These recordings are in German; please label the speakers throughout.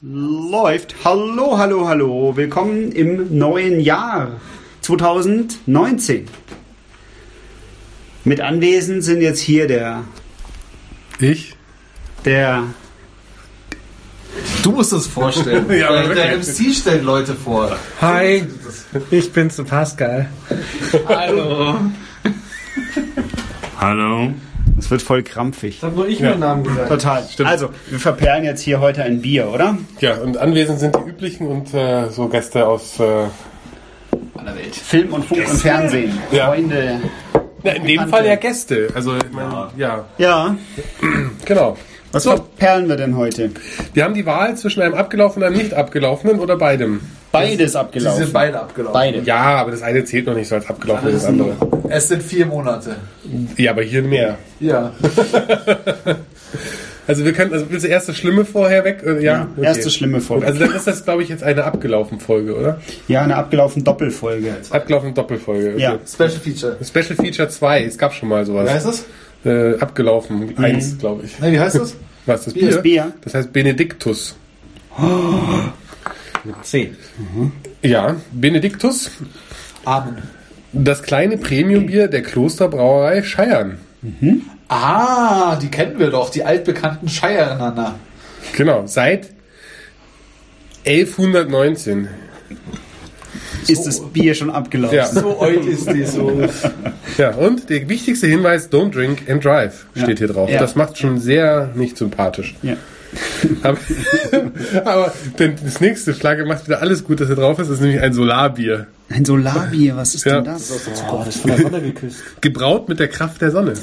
Speaker 1: Läuft. Hallo, hallo, hallo. Willkommen im neuen Jahr 2019. Mit anwesend sind jetzt hier der,
Speaker 2: Ich?
Speaker 1: der,
Speaker 3: Du musst es vorstellen.
Speaker 2: Ja, aber
Speaker 3: der, der MC stellt Leute vor.
Speaker 4: Hi, ich bin's, der Pascal.
Speaker 3: Hallo.
Speaker 2: Hallo.
Speaker 1: es wird voll krampfig.
Speaker 4: Hab nur ich meinen Namen gesagt.
Speaker 1: Total.
Speaker 2: Stimmt.
Speaker 1: Also, wir verperlen jetzt hier heute ein Bier, oder?
Speaker 2: Ja, und anwesend sind die üblichen und äh, so Gäste aus. Äh,
Speaker 3: Aller Welt.
Speaker 1: Film und Funk und Fernsehen.
Speaker 2: Ja.
Speaker 1: Freunde.
Speaker 2: na, in dem Fall ja Gäste. Also, ich meine, ja.
Speaker 1: Ja.
Speaker 2: genau.
Speaker 1: Was
Speaker 2: So.
Speaker 1: verperlen wir denn heute?
Speaker 2: Wir haben die Wahl zwischen einem abgelaufenen und einem nicht abgelaufenen oder beidem.
Speaker 1: Beides
Speaker 3: Die sind
Speaker 1: abgelaufen.
Speaker 3: beide abgelaufen.
Speaker 1: Beide.
Speaker 2: Ja, aber das eine zählt noch nicht so als abgelaufen wie das andere.
Speaker 3: Es sind vier Monate.
Speaker 2: Ja, aber hier mehr.
Speaker 3: Ja.
Speaker 2: Also, wir können. Also, willst du erst das Schlimme vorher weg? Äh, Ja. okay.
Speaker 1: Erste schlimme
Speaker 2: Gut,
Speaker 1: Folge.
Speaker 2: Also, dann ist das, glaube ich, jetzt eine abgelaufen Folge, oder?
Speaker 1: ja, eine abgelaufene Doppelfolge.
Speaker 2: Abgelaufen Doppelfolge. okay.
Speaker 1: Ja.
Speaker 3: Special Feature.
Speaker 2: Special Feature 2, es gab schon mal sowas.
Speaker 3: Wie heißt das?
Speaker 2: Äh, abgelaufen, eins, glaube ich.
Speaker 3: Ne, wie heißt das?
Speaker 2: Was, das
Speaker 1: Mhm.
Speaker 2: Bier?
Speaker 3: Bier.
Speaker 1: Das Bier.
Speaker 2: Das heißt Benediktus.
Speaker 4: C.
Speaker 2: Ja, Benediktus,
Speaker 3: Amen.
Speaker 2: das kleine Premiumbier der Klosterbrauerei Scheiern.
Speaker 3: Ah, die kennen wir doch, die altbekannten Scheiereinander.
Speaker 2: Genau, seit 1119.
Speaker 1: Ist das Bier schon abgelaufen?
Speaker 2: Ja,
Speaker 3: So old ist die so.
Speaker 2: ja, und der wichtigste Hinweis, don't drink and drive, steht hier drauf.
Speaker 1: Ja.
Speaker 2: Das macht schon sehr nicht sympathisch.
Speaker 1: Ja.
Speaker 2: Aber, aber denn das nächste Flagge macht wieder alles gut, dass hier drauf ist, ist nämlich ein Solarbier.
Speaker 1: Ein Solarbier, was ist
Speaker 2: Ja.
Speaker 1: denn das?
Speaker 4: Boah, das ist von der Sonne geküsst.
Speaker 2: Gebraut mit der Kraft der Sonne.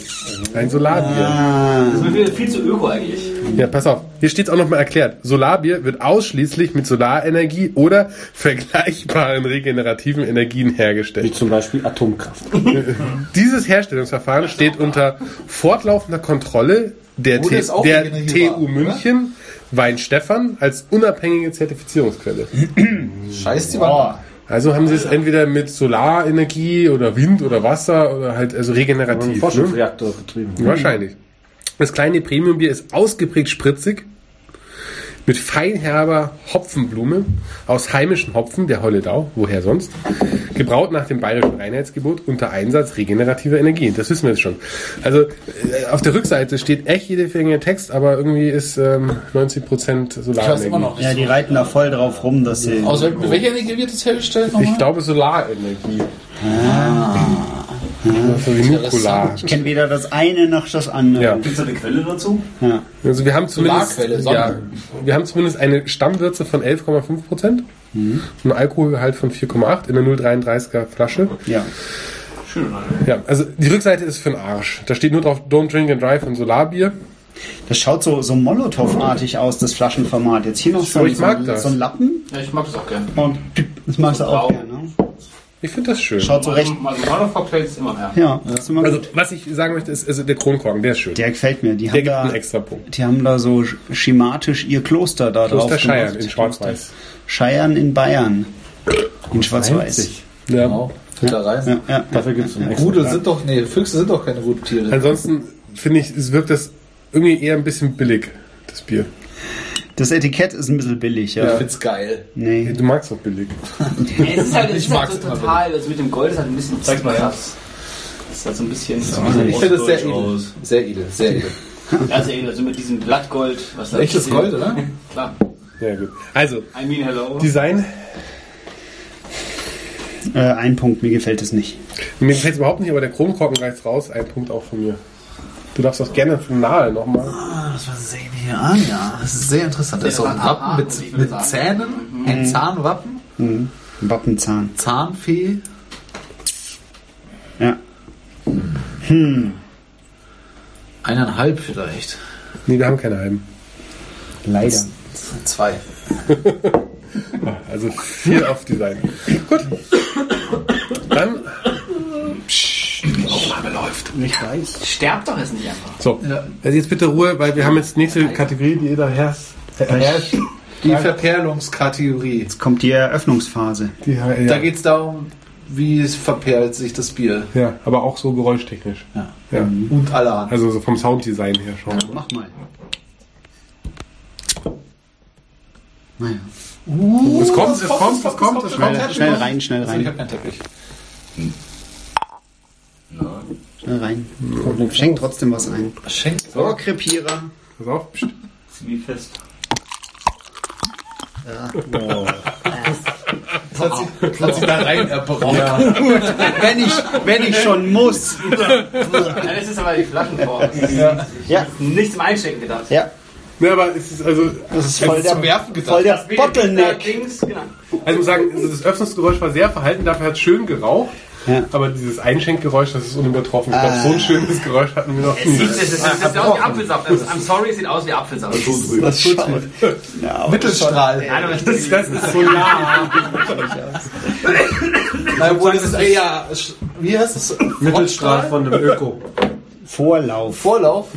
Speaker 2: Ein Solarbier.
Speaker 5: Ah. Das ist mir viel zu öko eigentlich.
Speaker 2: Ja, pass auf. Hier steht es auch nochmal erklärt. Solarbier wird ausschließlich mit Solarenergie oder vergleichbaren regenerativen Energien
Speaker 4: Wie
Speaker 2: hergestellt.
Speaker 4: zum Beispiel Atomkraft.
Speaker 2: Dieses Herstellungsverfahren steht unter fortlaufender Kontrolle der,
Speaker 3: Oder
Speaker 2: T
Speaker 3: ist auch
Speaker 2: der
Speaker 3: regenerierbar,
Speaker 2: TU München, Weinstefan, als unabhängige Zertifizierungsquelle.
Speaker 3: Scheiß die Wand. an.
Speaker 2: Also haben sie es entweder mit Solarenergie oder Wind oder Wasser oder halt also
Speaker 4: Ein
Speaker 2: regenerativ. Ne?
Speaker 4: Forschungsreaktor betrieben.
Speaker 2: Wahrscheinlich. Das kleine Premiumbier ist ausgeprägt spritzig, mit feinherber Hopfenblume aus heimischem Hopfen der Holledau, woher sonst, gebraut nach dem bayerischen Reinheitsgebot unter Einsatz regenerativer Energie. Das wissen wir jetzt schon. Also äh, auf der Rückseite steht echt jede Menge Text, aber irgendwie ist ähm, 90%
Speaker 3: Ich weiß immer noch
Speaker 2: Solarenergie.
Speaker 3: nicht.
Speaker 1: Ja, die reiten da voll drauf rum, dass sie.
Speaker 3: Aus wel- mit welcher Energie wird das hergestellt
Speaker 2: Ich
Speaker 3: nochmal?
Speaker 2: glaube Solarenergie. Ah. So wie Nukular.
Speaker 1: Ich kenne weder das eine noch das andere.
Speaker 2: Ja.
Speaker 5: Gibt es eine Quelle dazu?
Speaker 1: Ja.
Speaker 2: Also wir haben zumindest,
Speaker 3: Solarquelle, Sonne.
Speaker 2: ja, wir haben zumindest eine Stammwürze von 11,5 Prozent,
Speaker 3: Mhm.
Speaker 2: ein Alkoholgehalt von 4,8 in der 0,33er Flasche.
Speaker 1: ja.
Speaker 5: Schön, Alter.
Speaker 2: Ja, also die Rückseite ist für den Arsch. Da steht nur drauf Don't Drink and Drive und Solarbier.
Speaker 1: Das schaut so, so Molotow-artig aus, das Flaschenformat. Jetzt hier noch so,
Speaker 2: Oh, ich
Speaker 1: so,
Speaker 2: mag
Speaker 1: ein,
Speaker 2: das.
Speaker 1: so ein Lappen
Speaker 5: Ja, ich mag das auch gerne.
Speaker 1: und das magst du auch
Speaker 5: Blau.
Speaker 1: gerne. Ne?
Speaker 2: Ich finde das schön.
Speaker 1: Schaut so recht.
Speaker 5: Also, Mother Cocktail ist immer mehr.
Speaker 1: Ja, das ist immer
Speaker 2: Also
Speaker 1: gut.
Speaker 2: was ich sagen möchte ist, also der Kronkorken, der ist schön. Der,
Speaker 1: Der gefällt mir. Die haben,
Speaker 2: gibt einen
Speaker 1: da,
Speaker 2: extra Punkt.
Speaker 1: die haben da so sch- schematisch ihr Kloster da
Speaker 2: Kloster
Speaker 1: drauf
Speaker 2: Scheiern
Speaker 1: gemacht.
Speaker 2: in Schwarz-Weiß.
Speaker 1: Scheiern in Bayern. In Schwarz-Weiß.
Speaker 4: Einzig.
Speaker 2: Ja.
Speaker 3: Genau. Fitter Reisen.
Speaker 1: Ja, ja.
Speaker 4: Dafür gibt's einen extra.
Speaker 3: Rudel sind doch, nee, Füchse sind doch keine Rudeltiere.
Speaker 1: Also-
Speaker 2: Ansonsten finde ich, es wirkt das irgendwie eher ein bisschen billig, das Bier.
Speaker 1: Das Etikett ist ein bisschen billig,
Speaker 3: Ich
Speaker 1: ja.
Speaker 3: find's geil.
Speaker 1: Nee.
Speaker 2: Du magst doch billig.
Speaker 5: es ist halt es
Speaker 3: Ich
Speaker 5: ist halt
Speaker 3: mag's
Speaker 5: so
Speaker 3: immer,
Speaker 5: total, also mit dem Gold ist halt ein bisschen.
Speaker 6: Zeig's mal her.
Speaker 5: Das ist halt so ein bisschen.
Speaker 3: Ich finde es sehr
Speaker 6: Ostdeutsch
Speaker 3: edel.
Speaker 6: aus.
Speaker 3: Sehr edel, sehr edel.
Speaker 5: Also, ey, also mit diesem Blattgold, was da
Speaker 3: Echtes Gold, oder?
Speaker 5: Klar.
Speaker 2: Ja, gut. Also,
Speaker 5: I mean, hello.
Speaker 2: Design
Speaker 1: Äh, ein Punkt, mir gefällt es nicht.
Speaker 2: Mir gefällt es überhaupt nicht, aber der Kronkorken reißt raus. Ein Punkt auch von mir. Du darfst das gerne von nahe nochmal.
Speaker 3: Was sehen wir an? Ja, das ist sehr interessant. Das ist so ein Wappen mit, mit Zähnen, ein Zahnwappen,
Speaker 1: Wappenzahn.
Speaker 3: Zahnfee.
Speaker 1: Ja.
Speaker 3: Eineinhalb vielleicht.
Speaker 2: Nee, wir haben keine halben.
Speaker 1: Leider.
Speaker 3: Zwei.
Speaker 2: Also viel auf Design. Gut. Dann,
Speaker 1: Ich weiß.
Speaker 5: Sterbt doch jetzt nicht einfach.
Speaker 2: so. Also jetzt bitte Ruhe, weil wir haben jetzt nächste Kategorie, die jeder äh, herrscht. herrscht.
Speaker 3: Die Verperlungskategorie.
Speaker 1: Jetzt kommt die Eröffnungsphase.
Speaker 2: Die, ja.
Speaker 3: Da geht's darum, wie es verperlt sich das Bier.
Speaker 2: Ja, aber auch so geräuschtechnisch.
Speaker 3: Ja.
Speaker 2: Ja.
Speaker 3: Und allerhand.
Speaker 2: Also so vom Sounddesign her schon.
Speaker 1: Mach mal.
Speaker 2: es kommt, es kommt, es kommt, es kommt.
Speaker 1: Schnell, schnell rein, schnell
Speaker 3: Also ich
Speaker 1: rein,
Speaker 3: habe keinen Teppich.
Speaker 1: schnell rein. Schenk trotzdem was ein.
Speaker 3: Schenkt.
Speaker 1: So, Krepierer.
Speaker 2: Pass auf. Psst.
Speaker 5: Ziemlich fest.
Speaker 3: Hat sie, hat sie da rein erbraut.
Speaker 1: Wenn ich, wenn ich schon muss.
Speaker 5: Nein, das ist aber die Flaschenform.
Speaker 1: Ja,
Speaker 5: Nicht zum Einstecken gedacht.
Speaker 1: ja.
Speaker 2: Ja, aber es ist also,
Speaker 1: Das ist voll
Speaker 3: Zum
Speaker 1: der,
Speaker 3: Werfen gedacht.
Speaker 1: voll der
Speaker 5: Wieder
Speaker 1: Bottleneck.
Speaker 5: Dings, genau.
Speaker 2: also ich muss sagen, also das Öffnungsgeräusch war sehr verhalten, dafür hat es schön geraucht.
Speaker 1: Ja. Ah.
Speaker 2: Aber dieses Einschenkgeräusch, das ist unübertroffen. Ich glaube, so ein schönes Geräusch hatten wir noch
Speaker 5: Es
Speaker 2: nie.
Speaker 5: sieht, es ist, es sieht aus wie Apfelsaft. Also, I'm sorry, es sieht aus wie Apfelsaft.
Speaker 1: Das schaut. Ja, aber-
Speaker 3: Mittelstrahl.
Speaker 5: Nein, aber das
Speaker 2: Das,
Speaker 5: ist
Speaker 2: das ist so nah.
Speaker 3: Nein, wo das eher, sch- wie heißt das?
Speaker 4: Mittelstrahl von dem Öko.
Speaker 1: Vorlauf.
Speaker 3: Vorlauf.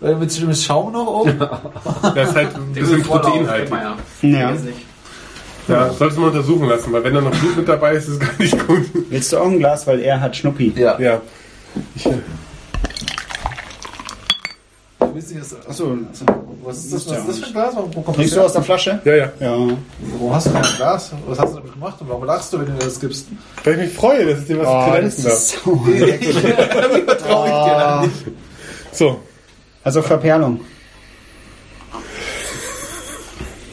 Speaker 3: Weil mit dem Schaum noch oben.
Speaker 2: Das ist halt ein bisschen Protein halt.
Speaker 5: Ja.
Speaker 1: Ja.
Speaker 2: Ja, solltest du mal untersuchen lassen, weil wenn da noch Blut mit dabei ist, ist es gar nicht gut.
Speaker 1: Willst du auch ein Glas, weil er hat Schnuppi?
Speaker 3: Ja.
Speaker 2: Ja.
Speaker 3: Wissen Sie, das-
Speaker 1: Achso,
Speaker 3: Was ist das, was ist das für ein Glas? Warum, warum,
Speaker 1: trinkst du aus der Flasche?
Speaker 2: Ja, ja.
Speaker 1: Ja. Oh,
Speaker 3: warum hast du kein Glas? Was hast du damit gemacht? Und warum lachst du, wenn du mir das gibst?
Speaker 2: Weil ich mich freue, dass ich dir was
Speaker 1: Oh, das
Speaker 2: kredenzen darf.
Speaker 1: ist sauer.
Speaker 3: Vertraue ich dir dann nicht.
Speaker 2: So.
Speaker 1: Also Verperlung.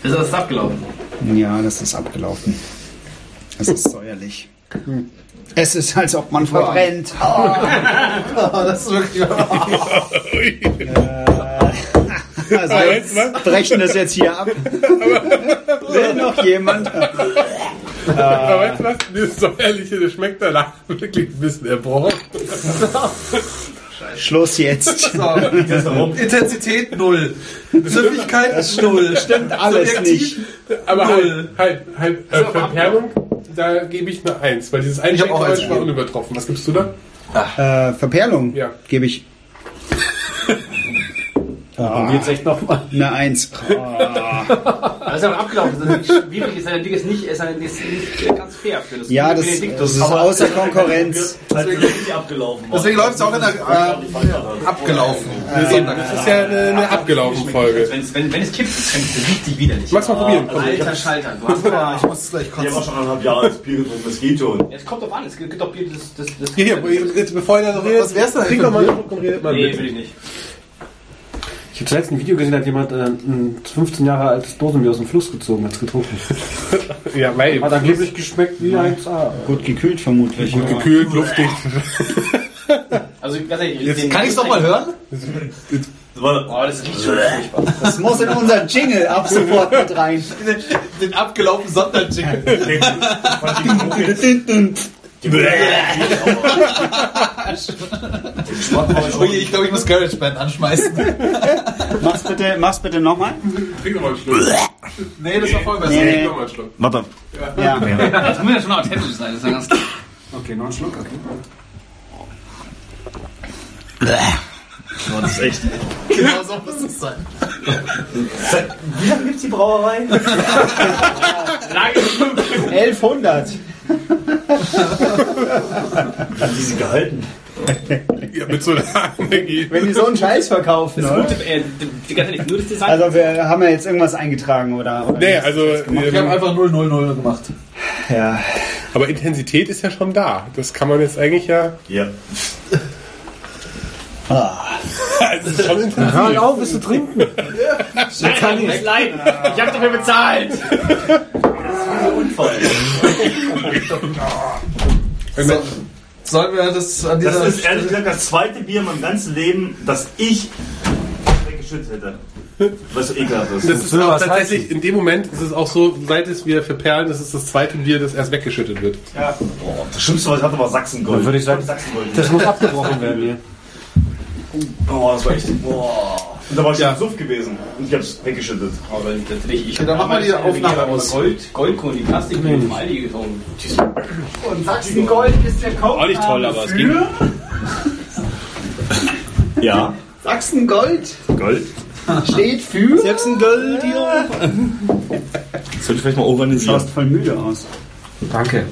Speaker 5: Das ist alles abgelaufen.
Speaker 1: Ja, das ist abgelaufen. Es ist säuerlich. Es ist, als ob man verbrennt.
Speaker 3: Oh, das ist wirklich.
Speaker 1: Also jetzt brechen das jetzt hier ab. Will noch jemand?
Speaker 2: Aber weißt du was? Dieses Säuerliche, das schmeckt danach wirklich ein bisschen erbrochen.
Speaker 1: Schluss jetzt.
Speaker 3: So, Intensität null. Süffigkeit null. Stimmt
Speaker 1: alles
Speaker 2: Aber
Speaker 3: Null.
Speaker 2: halt, halt, halt, äh, Verperlung, da gebe ich eine Eins, weil dieses
Speaker 3: Ich hab auch
Speaker 2: Einschenkgeräusch
Speaker 3: eins
Speaker 2: war unübertroffen. Was gibst du da?
Speaker 1: Äh, Verperlung
Speaker 2: Ja.
Speaker 1: gebe ich
Speaker 4: Probiert echt nochmal.
Speaker 1: eine Eins. Oh,
Speaker 5: Aber das ist aber abgelaufen. Das ist schwierig. Ist ein Ding ist nicht, ist ein Ding ist nicht ganz fair für das.
Speaker 1: Ja, das, das
Speaker 5: Benediktus.
Speaker 1: ist
Speaker 5: Aber halt
Speaker 1: außer Konkurrenz.
Speaker 6: Deswegen ist sie abgelaufen.
Speaker 3: Deswegen läuft es auch in der äh, abgelaufen.
Speaker 2: Das ist ja eine, eine abgelaufene Folge.
Speaker 5: wenn, es- wenn, wenn es kippt, ist es richtig widerlich.
Speaker 2: Magst du mal probieren? Komm.
Speaker 5: Also Alter Schalter. Du hast aber,
Speaker 3: Ich muss es gleich
Speaker 6: Ich habe auch
Speaker 3: kotzen.
Speaker 6: schon anderthalb Jahre als Bier getrunken, das geht schon.
Speaker 5: es kommt doch an. Es gibt doch Bier, das. das, das
Speaker 2: Hier, hier, jetzt, bevor ihr noch redet,
Speaker 3: Was wär's denn
Speaker 2: trink
Speaker 3: für
Speaker 2: doch mal
Speaker 3: ein
Speaker 2: einen Schluck und redet mal
Speaker 5: nee,
Speaker 2: mit.
Speaker 5: will ich nicht.
Speaker 4: Ich habe zuletzt ein Video gesehen, da hat jemand äh, ein 15 Jahre altes Dosenbier aus dem Fluss gezogen, hat es getrunken.
Speaker 2: Ja, weil
Speaker 4: Hat angeblich geschmeckt wie 1A.
Speaker 1: Gut gekühlt vermutlich.
Speaker 2: gut
Speaker 1: aber-
Speaker 2: gekühlt, luftdicht.
Speaker 5: Also, ganz ehrlich,
Speaker 2: Jetzt
Speaker 5: den-
Speaker 3: Kann ich es nochmal hören?
Speaker 6: Das war
Speaker 5: Oh, das riecht schon furchtbar.
Speaker 1: Das muss in unser Jingle ab sofort mit rein.
Speaker 3: Den, den abgelaufenen Sonderjingle. Oh je, ich glaube, ich muss GarageBand anschmeißen.
Speaker 1: Mach's bitte, mach's bitte nochmal.
Speaker 2: Trink doch mal einen Schluck.
Speaker 3: Nee, das war voll besser.
Speaker 2: Trink doch mal einen Schluck.
Speaker 6: Warte.
Speaker 1: Ja.
Speaker 5: Das muss ja schon authentisch sein. Das ist ja ganz klar.
Speaker 4: Okay, noch einen Schluck. Okay.
Speaker 6: Das ist echt.
Speaker 3: Genau so muss es sein.
Speaker 6: Wie lange gibt's die Brauerei?
Speaker 1: 1100.
Speaker 6: Hat die sie gehalten?
Speaker 2: Ja, mit so einer Energie.
Speaker 1: Wenn die so einen Scheiß verkaufen, ne?
Speaker 5: Gute, äh, die- ganz ehrlich, nur das Design.
Speaker 1: Also wir haben ja jetzt irgendwas eingetragen, oder? oder
Speaker 2: Nee, also,
Speaker 3: Ich habe
Speaker 2: ähm,
Speaker 3: einfach 000 gemacht.
Speaker 1: Ja.
Speaker 2: aber Intensität ist ja schon da. Das kann man jetzt eigentlich ja.
Speaker 6: Ja.
Speaker 2: Es ist schon intensiv.
Speaker 4: Hör auf, bist du trinken.
Speaker 5: Nein, kann ich leiden. Ich habe dafür bezahlt.
Speaker 2: Wenn man-
Speaker 3: Sollen wir das an
Speaker 6: Das
Speaker 3: dieser
Speaker 6: ist ehrlich gesagt das zweite Bier in meinem ganzen Leben, das ich weggeschützt hätte. Was ekelhaft ist.
Speaker 2: Das ist
Speaker 4: will
Speaker 2: auch
Speaker 4: was
Speaker 2: tatsächlich, in dem Moment ist es auch so, seit es wir verperlen, das ist das zweite Bier, das erst weggeschüttet wird.
Speaker 6: ja. Boah, das Schlimmste, was ich hatte, war Sachsengold.
Speaker 4: Dann würde ich sagen,
Speaker 6: Sachsengold.
Speaker 4: Das muss abgebrochen werden hier.
Speaker 6: Boah, das war echt. Boah. Und da war ich ja. Suff gewesen. Und ich hab's weggeschüttet.
Speaker 5: Aber natürlich, ich
Speaker 3: dann machen wir die Aufnahme aus.
Speaker 5: Gold, Goldkuchen, die Plastik vom Aldi getrunken. Und Sachsengold ist der Kauf.
Speaker 6: Auch nicht toll, aber es ging. Ja.
Speaker 1: Sachsen-Gold
Speaker 6: Gold.
Speaker 1: steht für... Sachsen-Gold, ja.
Speaker 6: Das sollte ich vielleicht mal
Speaker 1: Du schaust
Speaker 6: organisieren.
Speaker 1: voll müde aus.
Speaker 4: Danke.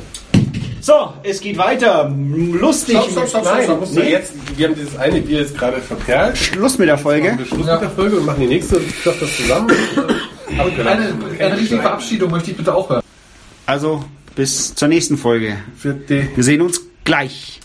Speaker 7: So, es geht weiter. Lustig.
Speaker 2: Nein, musst du jetzt, wir haben dieses eine Bier jetzt gerade verperlt.
Speaker 1: Schluss mit der Folge.
Speaker 2: Wir Schluss mit der Folge und machen die nächste und klopfen das zusammen. Aber
Speaker 3: Eine, eine richtige Verabschiedung möchte ich bitte auch hören.
Speaker 1: Also bis zur nächsten Folge.
Speaker 2: für die
Speaker 1: Wir sehen uns gleich.